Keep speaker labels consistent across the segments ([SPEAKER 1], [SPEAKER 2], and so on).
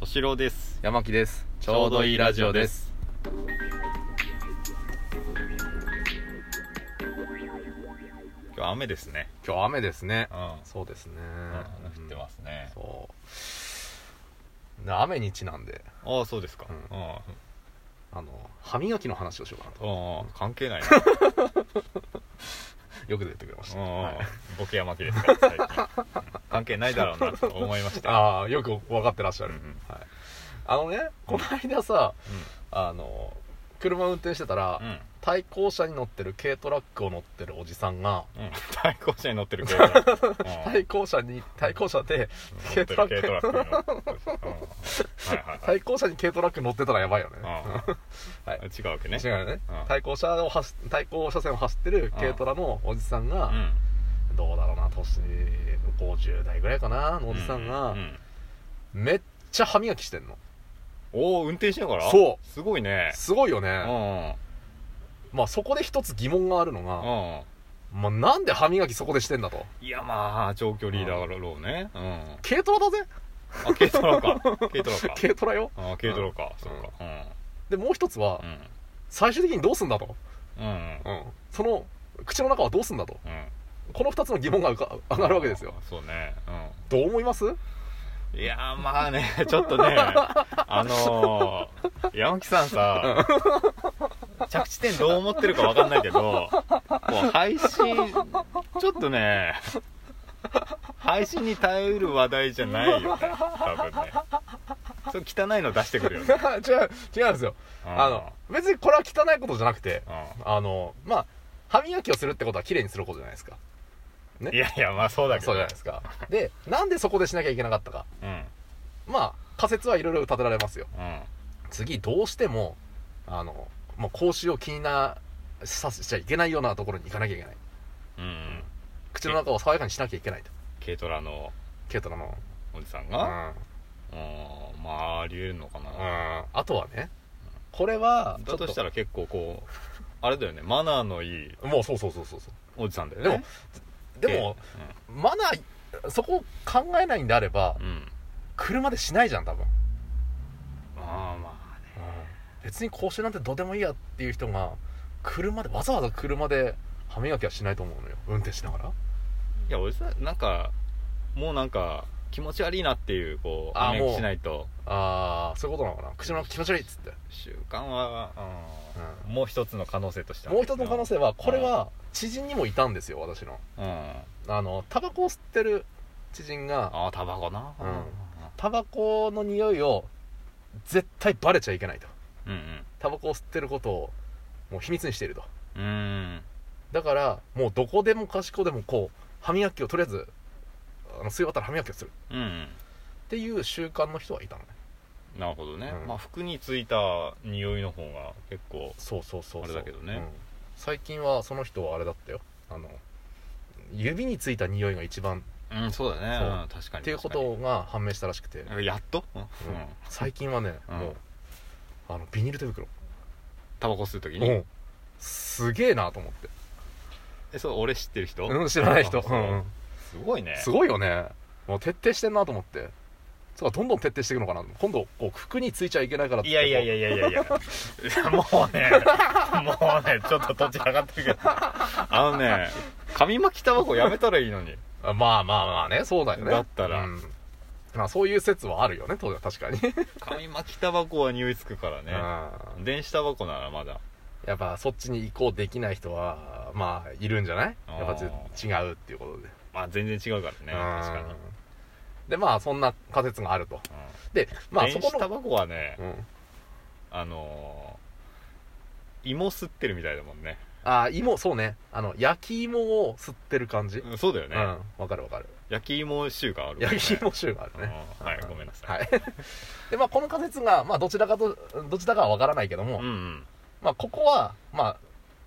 [SPEAKER 1] 敏郎です
[SPEAKER 2] 山木ですち
[SPEAKER 1] ょうどいいラジオです今日雨ですね
[SPEAKER 2] 今日雨ですね
[SPEAKER 1] うん降
[SPEAKER 2] そうですね
[SPEAKER 1] ってますね
[SPEAKER 2] うんそうな雨にちなんで
[SPEAKER 1] ああそうですか
[SPEAKER 2] う
[SPEAKER 1] うんんあ
[SPEAKER 2] あの歯磨きの話をしようかなと
[SPEAKER 1] あ関係 ないな
[SPEAKER 2] よく出てくれまし
[SPEAKER 1] う
[SPEAKER 2] た、
[SPEAKER 1] ん
[SPEAKER 2] はい
[SPEAKER 1] ボケ山木ですから最近うん関係ないだろうなと思いま した
[SPEAKER 2] ああよく分かってらっしゃ
[SPEAKER 1] うん
[SPEAKER 2] る、
[SPEAKER 1] うん
[SPEAKER 2] はい、あのねこの間さあの車運転してたら、
[SPEAKER 1] うん
[SPEAKER 2] 対向車に乗ってる軽トラックを乗ってるおじさんが
[SPEAKER 1] うん対向車に乗ってる軽ト ラックうん
[SPEAKER 2] 対向車に対向車で
[SPEAKER 1] 乗ってる軽トラックに乗ってるうんはいはいはい
[SPEAKER 2] 対向車に軽トラック乗ってたらやばいよね、
[SPEAKER 1] うん
[SPEAKER 2] はい
[SPEAKER 1] 違うわけね
[SPEAKER 2] 違うよね、
[SPEAKER 1] うん
[SPEAKER 2] 対向車を走対向車線を走ってる軽トラのおじさんが、
[SPEAKER 1] うん
[SPEAKER 2] どうだろうな年50代ぐらいかなのおじさんが、
[SPEAKER 1] ううん
[SPEAKER 2] めっちゃ歯磨きしてんの
[SPEAKER 1] おお運転しながら
[SPEAKER 2] そう
[SPEAKER 1] すごいね
[SPEAKER 2] すごいよ
[SPEAKER 1] う
[SPEAKER 2] ね、
[SPEAKER 1] ん
[SPEAKER 2] まあそこで一つ疑問があるの
[SPEAKER 1] う
[SPEAKER 2] が、
[SPEAKER 1] ん
[SPEAKER 2] まあ、なんで歯磨きそこでしてんだと
[SPEAKER 1] いやまあ長距離だろうねうんあ
[SPEAKER 2] 軽トラだぜ
[SPEAKER 1] 軽トラ か軽トラか
[SPEAKER 2] 軽トラよ
[SPEAKER 1] あ軽トラかそうか
[SPEAKER 2] でもう一つは、
[SPEAKER 1] うん
[SPEAKER 2] 最終的にどうすんだと、
[SPEAKER 1] うんうん
[SPEAKER 2] うん、その口の中はどうすんだと
[SPEAKER 1] うん
[SPEAKER 2] この二つの疑問が浮か上がるわけですよ
[SPEAKER 1] そうねうん
[SPEAKER 2] どう思います
[SPEAKER 1] いやーまあね ちょっとねあのー、山木さんさ着地点どう思ってるかわかんないけどもう配信ちょっとね配信に耐えうる話題じゃないよね多分ねそう汚いの出してくるよ
[SPEAKER 2] 違
[SPEAKER 1] ね
[SPEAKER 2] う違うんですよあの別にこれは汚いことじゃなくて
[SPEAKER 1] う
[SPEAKER 2] あのまあ歯磨きをするってことは綺麗にすることじゃないですか
[SPEAKER 1] んいやいやまあそうだけど
[SPEAKER 2] そうじゃないですかでなんでそこでしなきゃいけなかったか
[SPEAKER 1] うん
[SPEAKER 2] まあ仮説はいろいろ立てられますよ
[SPEAKER 1] うん
[SPEAKER 2] 次どうしてもあのもう口臭を気になさせちゃいけないようなところに行かなきゃいけない
[SPEAKER 1] うん
[SPEAKER 2] 口の中を爽やかにしなきゃいけないと
[SPEAKER 1] 軽トラの
[SPEAKER 2] 軽トラの
[SPEAKER 1] おじさん
[SPEAKER 2] うん
[SPEAKER 1] がうんまあありえるのかな
[SPEAKER 2] うんあとはねこれは
[SPEAKER 1] だとした
[SPEAKER 2] ら
[SPEAKER 1] ら結構こうあれだよねマナーのいい
[SPEAKER 2] もうそうそうそうそうそ
[SPEAKER 1] おじさんだよ
[SPEAKER 2] う
[SPEAKER 1] ね
[SPEAKER 2] でもでもマナーそこを考えないんであれば
[SPEAKER 1] うん、うん
[SPEAKER 2] 車でしないじゃん多分
[SPEAKER 1] まあまあね
[SPEAKER 2] 別に口臭なんてどうでもいいやっていう人が車でわざわざ車で歯磨きはしないと思うのよ運転しながら
[SPEAKER 1] いやおじさんなんかもうなんか気持ち悪いなっていうこう
[SPEAKER 2] あ
[SPEAKER 1] ア
[SPEAKER 2] ー
[SPEAKER 1] メ
[SPEAKER 2] もう
[SPEAKER 1] しないと
[SPEAKER 2] ああそういうことなのかな口の中気持ち悪いっつって、
[SPEAKER 1] 習慣は、うんもう一つの可能性としては
[SPEAKER 2] もう一つの可能性はこれ
[SPEAKER 1] う
[SPEAKER 2] は知人にもいたんですよ私の
[SPEAKER 1] うんあ
[SPEAKER 2] あのタバコを吸ってる知人が
[SPEAKER 1] あタバコな
[SPEAKER 2] うんタバコの匂いを絶対バレちゃいけないと
[SPEAKER 1] うんうん
[SPEAKER 2] タバコを吸ってることをもう秘密にしていると
[SPEAKER 1] うんうん
[SPEAKER 2] だからもうどこでもかしこでもこう歯磨きをとりあえずあの吸い終わったら歯磨きをする
[SPEAKER 1] うんうん
[SPEAKER 2] っていう習慣の人はいたのね
[SPEAKER 1] なるほどね、
[SPEAKER 2] うん
[SPEAKER 1] まあ服についた匂いの方が結構
[SPEAKER 2] そうそうそうそう
[SPEAKER 1] あれだけどね
[SPEAKER 2] うん最近はその人はあれだったよあの指についた匂いが一番
[SPEAKER 1] うんそうだね
[SPEAKER 2] そう
[SPEAKER 1] うん確かに
[SPEAKER 2] っていうことが判明したらしくて、
[SPEAKER 1] 確かにやっと、うん
[SPEAKER 2] うん最近はね、
[SPEAKER 1] うん
[SPEAKER 2] もうあのビニール手袋
[SPEAKER 1] タバコ吸う時に、
[SPEAKER 2] うんすげえなと思って、
[SPEAKER 1] えそう俺知ってる人、
[SPEAKER 2] うん、知らない人、
[SPEAKER 1] あそう
[SPEAKER 2] うんうん
[SPEAKER 1] すごいね
[SPEAKER 2] すごいよねもう徹底してんなと思ってそうかどんどん徹底していくのかな今度こう服についちゃいけないからって
[SPEAKER 1] いやいやいやいやいやいやもうねもうねちょっとどちらかってるけどあのね紙巻きタバコやめたらいいのに
[SPEAKER 2] あまあまあまあねそうだよね
[SPEAKER 1] だったら
[SPEAKER 2] うんまあそういう説はあるよね当然確かに、ね、
[SPEAKER 1] 紙巻きタバコは匂いつくから
[SPEAKER 2] うん
[SPEAKER 1] ね電子タバコならまだ
[SPEAKER 2] やっぱそっちに移行できない人はまあいるんじゃないやっぱち違うっていうことで、
[SPEAKER 1] まあ全然違うからね
[SPEAKER 2] うん
[SPEAKER 1] 確か
[SPEAKER 2] でまあそんな仮説があると
[SPEAKER 1] に、
[SPEAKER 2] で
[SPEAKER 1] ま
[SPEAKER 2] まあ
[SPEAKER 1] あ
[SPEAKER 2] そ
[SPEAKER 1] 電
[SPEAKER 2] こ
[SPEAKER 1] 子
[SPEAKER 2] の
[SPEAKER 1] タバコはね
[SPEAKER 2] うん、
[SPEAKER 1] あのー芋吸ってるみたいだもんね、
[SPEAKER 2] あー芋そうねあの焼き芋を吸ってる感じ、
[SPEAKER 1] うんそうだよ
[SPEAKER 2] う
[SPEAKER 1] ね、
[SPEAKER 2] んわかるわかる
[SPEAKER 1] 焼き芋習慣あるもんね
[SPEAKER 2] 焼き芋臭があるね
[SPEAKER 1] うんはいごめんなさい、
[SPEAKER 2] はい でまあこの仮説が、まあ、どちらかとどちらかはわからないけども、
[SPEAKER 1] うんうん
[SPEAKER 2] まあここはまあ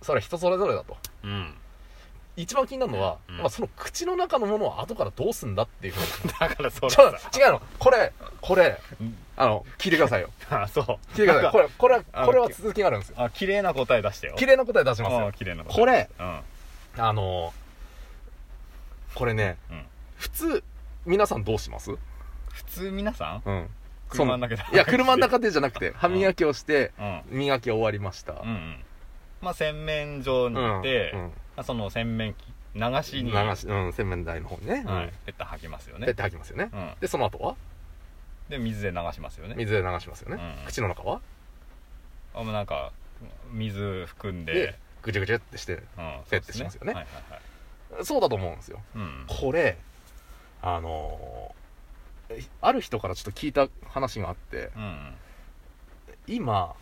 [SPEAKER 2] それは人それぞれだと
[SPEAKER 1] うん
[SPEAKER 2] 一番気になるのは、
[SPEAKER 1] うん
[SPEAKER 2] まあ、その口の中のものを後からどうすんだっていうふうに
[SPEAKER 1] だからそれ
[SPEAKER 2] ちょ
[SPEAKER 1] さ
[SPEAKER 2] 違うのこれこれ
[SPEAKER 1] うん
[SPEAKER 2] あの聞いてくださいよ
[SPEAKER 1] あそう
[SPEAKER 2] 聞いてくださ
[SPEAKER 1] ないん
[SPEAKER 2] こ
[SPEAKER 1] か
[SPEAKER 2] れこれ
[SPEAKER 1] あ
[SPEAKER 2] はこれは続きがあるんですよ
[SPEAKER 1] あ綺麗な答え出してよ
[SPEAKER 2] 綺麗な答え出します
[SPEAKER 1] あ
[SPEAKER 2] よ
[SPEAKER 1] あ綺麗な答え
[SPEAKER 2] これ
[SPEAKER 1] うん
[SPEAKER 2] あのこれね
[SPEAKER 1] うん
[SPEAKER 2] 普通皆さんどうします
[SPEAKER 1] 普通皆さん
[SPEAKER 2] うんそ
[SPEAKER 1] 車の中で
[SPEAKER 2] いや車の中でじゃなくて歯磨きをして
[SPEAKER 1] うん
[SPEAKER 2] 磨き終わりました
[SPEAKER 1] うんうんまあ洗面所に行って、
[SPEAKER 2] うん
[SPEAKER 1] ま
[SPEAKER 2] うん
[SPEAKER 1] あ、その洗面器流しに
[SPEAKER 2] 流し、うん、洗面台の方にね、
[SPEAKER 1] はい、ペッタ吐きますよ
[SPEAKER 2] うん、
[SPEAKER 1] ね
[SPEAKER 2] ペッて吐きますよね、
[SPEAKER 1] うん、
[SPEAKER 2] でその後は
[SPEAKER 1] で水で流しますよね
[SPEAKER 2] 水で流しますよね、
[SPEAKER 1] うん
[SPEAKER 2] 口の中は
[SPEAKER 1] あもうなんか水含んで
[SPEAKER 2] でぐちゃぐちゃってして
[SPEAKER 1] うん
[SPEAKER 2] セットしますよね
[SPEAKER 1] はいはいはい
[SPEAKER 2] そうだと思うんですよ
[SPEAKER 1] うん
[SPEAKER 2] これあのーある人からちょっと聞いた話があって
[SPEAKER 1] うん
[SPEAKER 2] 今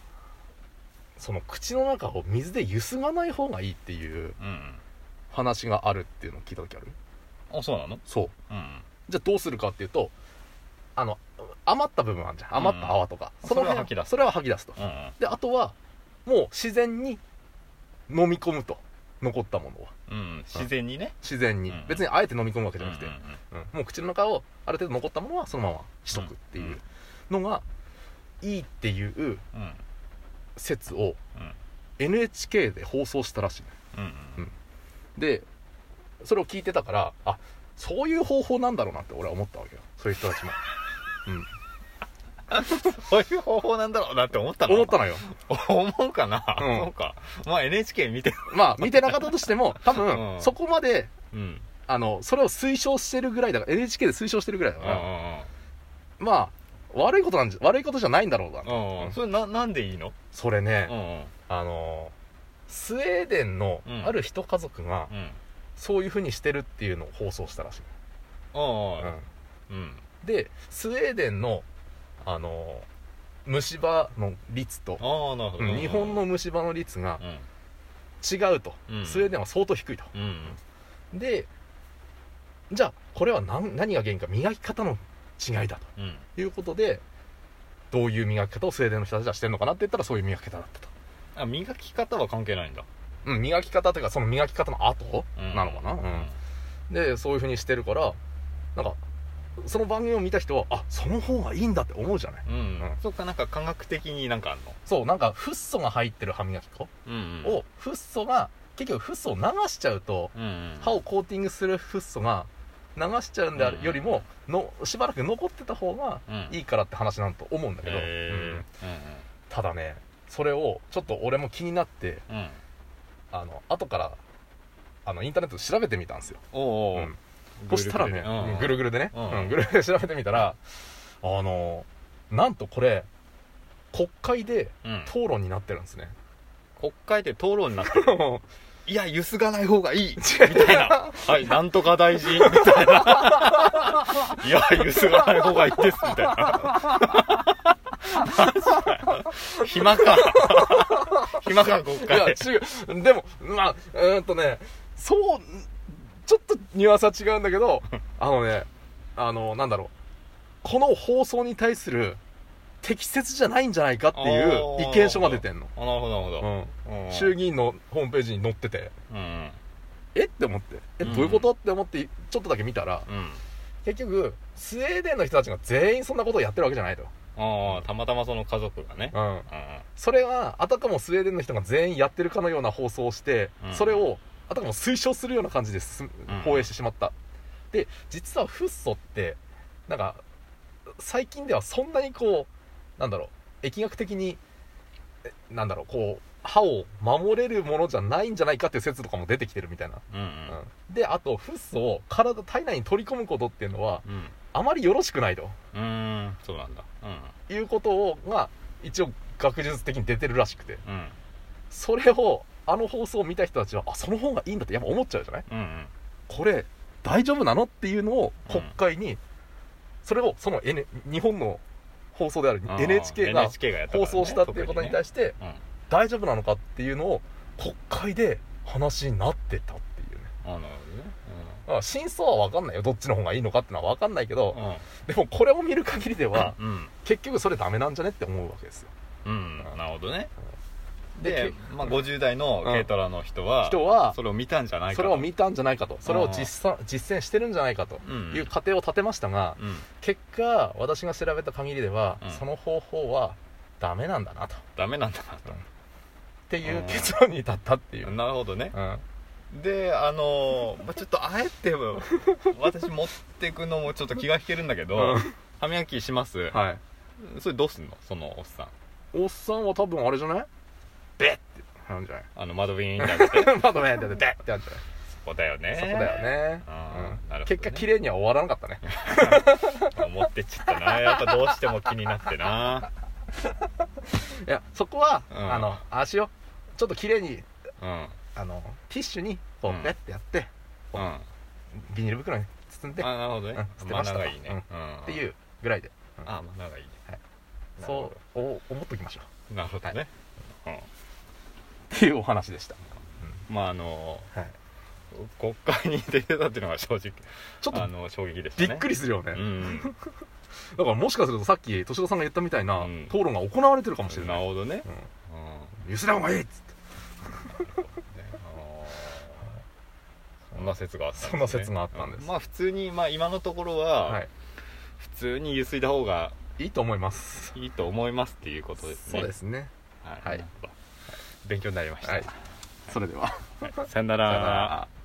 [SPEAKER 2] その口の中を水でゆすがない方がいいっていう
[SPEAKER 1] うん
[SPEAKER 2] 話があるっていうのを聞いた時ある
[SPEAKER 1] あそうなの
[SPEAKER 2] そう
[SPEAKER 1] うん
[SPEAKER 2] じゃあどうするかっていうとあの余った部分あるじゃん余った泡とか、
[SPEAKER 1] うん
[SPEAKER 2] その辺
[SPEAKER 1] それは吐き出す
[SPEAKER 2] それは吐き出すと、
[SPEAKER 1] うんうん
[SPEAKER 2] であとはもう自然に飲み込むと残ったものは
[SPEAKER 1] うん自然にね
[SPEAKER 2] 自然に、
[SPEAKER 1] うん
[SPEAKER 2] 別にあえて飲み込むわけじゃなくて、
[SPEAKER 1] うんうんうん
[SPEAKER 2] うんもう口の中をある程度残ったものはそのまましとくっていうのがいいっていう
[SPEAKER 1] うん
[SPEAKER 2] 説を
[SPEAKER 1] うん
[SPEAKER 2] NHK で放送したらしい
[SPEAKER 1] うんうん
[SPEAKER 2] でそれを聞いてたからあそういう方法なんだろうなって俺は思ったわけよそういう人た ちも
[SPEAKER 1] そういう方法なんだろうなって思ったの
[SPEAKER 2] 思ったのよ
[SPEAKER 1] 思うかな、
[SPEAKER 2] うん
[SPEAKER 1] そうかまあ NHK 見て
[SPEAKER 2] まあ見てなかったとしても多分、
[SPEAKER 1] うん
[SPEAKER 2] そこまで
[SPEAKER 1] うん
[SPEAKER 2] あのそれを推奨してるぐらいだから NHK で推奨してるぐらいだ
[SPEAKER 1] うん
[SPEAKER 2] から、まあ悪いことなんじゃ悪いことじゃないんだろうな、
[SPEAKER 1] うんうんそれななんでいいの
[SPEAKER 2] それね、
[SPEAKER 1] うんうん
[SPEAKER 2] あのスウェーデンの
[SPEAKER 1] うん
[SPEAKER 2] ある一家族が
[SPEAKER 1] うん
[SPEAKER 2] そういうふうにしてるっていうのを放送したらしい、
[SPEAKER 1] うん
[SPEAKER 2] うん
[SPEAKER 1] うん
[SPEAKER 2] でスウェーデンのあの虫歯の率と
[SPEAKER 1] ああなるほど
[SPEAKER 2] 日本の虫歯の率が
[SPEAKER 1] うん
[SPEAKER 2] 違うと、
[SPEAKER 1] うん
[SPEAKER 2] スウェーデンは相当低いと
[SPEAKER 1] うん
[SPEAKER 2] でじゃあこれは何何が原因か磨き方の違いだ
[SPEAKER 1] うん
[SPEAKER 2] ということでどういう磨き方をスウェーデンの人たちはしてるのかなって言ったらそういう磨き方だったと、
[SPEAKER 1] あ磨き方は関係ないんだ
[SPEAKER 2] うん、磨き方というかその磨き方の後
[SPEAKER 1] うん
[SPEAKER 2] なのかな、うんでそういうふうにしてるからなんかその番組を見た人はあその方がいいんだって思うじゃない
[SPEAKER 1] うん、
[SPEAKER 2] うん
[SPEAKER 1] そうかなんか科学的になんかあんの
[SPEAKER 2] そうなんかフッ素が入ってる歯磨き粉
[SPEAKER 1] うん
[SPEAKER 2] をフッ素が結局フッ素を流しちゃうと
[SPEAKER 1] うんうん
[SPEAKER 2] 歯をコーティングするフッ素が流しちゃうんであるよりものしばらく残ってた方が
[SPEAKER 1] うん
[SPEAKER 2] いいからって話なんと思うんだけど、
[SPEAKER 1] へ
[SPEAKER 2] うんただねそれをちょっと俺も気になって
[SPEAKER 1] えうんうんうん
[SPEAKER 2] あの後からあのインターネットで調べてみたんですよ、
[SPEAKER 1] おうおう
[SPEAKER 2] うんそしたらねうんぐるぐるでね、
[SPEAKER 1] うん
[SPEAKER 2] うんぐるぐるで調べてみたらあのなんとこれ国会で
[SPEAKER 1] うん
[SPEAKER 2] 討論になってるん ですね
[SPEAKER 1] 国会で討論になってるいやゆすがない方がいい みたいなはいなんとか大臣みたい ないやゆすがない方がいいですみたいな マジかよ暇か暇か国
[SPEAKER 2] いや
[SPEAKER 1] 会
[SPEAKER 2] 違うでもまあうーんとねそうちょっとニュアンスは違うんだけどあのねあのなんだろうこの放送に対する適切じゃないんじゃないかっていう意見書が出てんの、
[SPEAKER 1] あなるほどなるほど、う
[SPEAKER 2] うん
[SPEAKER 1] ん
[SPEAKER 2] 衆議院のホームページに載ってて
[SPEAKER 1] うん
[SPEAKER 2] えって思ってえ
[SPEAKER 1] うん
[SPEAKER 2] どういうことって思ってちょっとだけ見たら
[SPEAKER 1] うん
[SPEAKER 2] 結局スウェーデンの人たちが全員そんなことをやってるわけじゃないと、
[SPEAKER 1] ああたまたまその家族がね
[SPEAKER 2] うん、
[SPEAKER 1] う
[SPEAKER 2] それがあたかもスウェーデンの人が全員やってるかのような放送をして、
[SPEAKER 1] うん
[SPEAKER 2] それをあたかも推奨するような感じです
[SPEAKER 1] ん
[SPEAKER 2] 放映してしまった、で実はフッ素ってなんか最近ではそんなにこうなんだろう疫学的にえなんだろうこう歯を守れるものじゃないんじゃないかっていう説とかも出てきてるみたいな、
[SPEAKER 1] んうん
[SPEAKER 2] うんであとフッ素を体体内に取り込むことっていうのは
[SPEAKER 1] うん
[SPEAKER 2] あまりよろしくないと
[SPEAKER 1] うんうんそうなんだ
[SPEAKER 2] いうことをが一応学術的に出てるらしくて
[SPEAKER 1] うんうん
[SPEAKER 2] それをあの放送を見た人たちはあその方がいいんだってやっぱ思っちゃうじゃない
[SPEAKER 1] うんうん
[SPEAKER 2] これ大丈夫なのっていうのを
[SPEAKER 1] うん
[SPEAKER 2] 国会に、それをその、N、日本の放送である
[SPEAKER 1] あー
[SPEAKER 2] NHK が
[SPEAKER 1] NHK がやったから
[SPEAKER 2] 放
[SPEAKER 1] ね
[SPEAKER 2] 送したっていうことに対して
[SPEAKER 1] 特にね
[SPEAKER 2] 大丈夫なのかっていうのを国会で話になってたっていうね
[SPEAKER 1] うんあなる
[SPEAKER 2] まあ真相は分かんないよどっちの方がいいのかってのは分かんないけ
[SPEAKER 1] ほ
[SPEAKER 2] ど、
[SPEAKER 1] どね
[SPEAKER 2] でもこれを見る限りで
[SPEAKER 1] うん
[SPEAKER 2] は
[SPEAKER 1] うん
[SPEAKER 2] 結局それダメなんじゃねって思うわけですよ
[SPEAKER 1] うんうんなるほどね
[SPEAKER 2] で
[SPEAKER 1] でまあ50代の軽トラの人は
[SPEAKER 2] 人は
[SPEAKER 1] それを見たんじゃないか
[SPEAKER 2] それ
[SPEAKER 1] と
[SPEAKER 2] を見たんじゃないかとそれを実践実践してるんじゃないかと
[SPEAKER 1] うん
[SPEAKER 2] いう仮定を立てましたが、
[SPEAKER 1] うん
[SPEAKER 2] 結果私が調べた限りでは、
[SPEAKER 1] うん
[SPEAKER 2] その方法はダメなんだなとっ
[SPEAKER 1] ダメなんだな
[SPEAKER 2] ていううん結論に至ったっていう、
[SPEAKER 1] となるほどね
[SPEAKER 2] うん
[SPEAKER 1] であのーまあちょっとあえても私持ってくのもちょっと気が引けるんだけど
[SPEAKER 2] うん
[SPEAKER 1] 歯磨きします
[SPEAKER 2] はい
[SPEAKER 1] それどうすんのそのおっさん
[SPEAKER 2] おっさんは多分あれじゃないベッってなんじゃない
[SPEAKER 1] あの窓瓶になって
[SPEAKER 2] まだねってベッってなんじゃない
[SPEAKER 1] そこだよね
[SPEAKER 2] そこだよね
[SPEAKER 1] あー
[SPEAKER 2] うん
[SPEAKER 1] なるほどね
[SPEAKER 2] 結果綺麗には終わらなか ったね
[SPEAKER 1] 持ってっちゃったなやっぱどうしても気になってない
[SPEAKER 2] やそこは、
[SPEAKER 1] うん
[SPEAKER 2] あの足をちょっと綺麗に
[SPEAKER 1] うん
[SPEAKER 2] あのティッシュにこ
[SPEAKER 1] うん
[SPEAKER 2] うペッてやって、
[SPEAKER 1] うんあ
[SPEAKER 2] ビニール袋に包んでっ
[SPEAKER 1] なるほど
[SPEAKER 2] うん
[SPEAKER 1] ね
[SPEAKER 2] 捨て
[SPEAKER 1] マ
[SPEAKER 2] ま
[SPEAKER 1] ナ
[SPEAKER 2] した
[SPEAKER 1] ーがいいねって
[SPEAKER 2] いううぐらいで
[SPEAKER 1] あマナーがいいね
[SPEAKER 2] はい
[SPEAKER 1] なるほ
[SPEAKER 2] そうお思っときましょ
[SPEAKER 1] どなるほどねう
[SPEAKER 2] うっていうお話でした、
[SPEAKER 1] んまああの
[SPEAKER 2] はい、
[SPEAKER 1] 国会に出てたっていうのが正直
[SPEAKER 2] ちょっ
[SPEAKER 1] あ
[SPEAKER 2] と
[SPEAKER 1] の衝撃でした
[SPEAKER 2] び
[SPEAKER 1] ね
[SPEAKER 2] っくりするよね
[SPEAKER 1] うんうん
[SPEAKER 2] だからもしかするとさっき敏郎さんが言ったみたいな、
[SPEAKER 1] うん
[SPEAKER 2] 討論が行われてるかもしれ
[SPEAKER 1] な
[SPEAKER 2] な
[SPEAKER 1] る
[SPEAKER 2] い、
[SPEAKER 1] ほどね
[SPEAKER 2] うん
[SPEAKER 1] うん
[SPEAKER 2] ゆすら方がいいっつって
[SPEAKER 1] ねあーそんな説があったですね
[SPEAKER 2] そんな説があったんです
[SPEAKER 1] まあ普通にまあ今のところは、
[SPEAKER 2] はい
[SPEAKER 1] 普通にゆすいだ方が
[SPEAKER 2] いいと思います
[SPEAKER 1] いいと思いますっていうことですね
[SPEAKER 2] そうですね
[SPEAKER 1] はい、
[SPEAKER 2] はい
[SPEAKER 1] 勉強になりました、
[SPEAKER 2] はいそれでは
[SPEAKER 1] さよなら
[SPEAKER 2] さよなら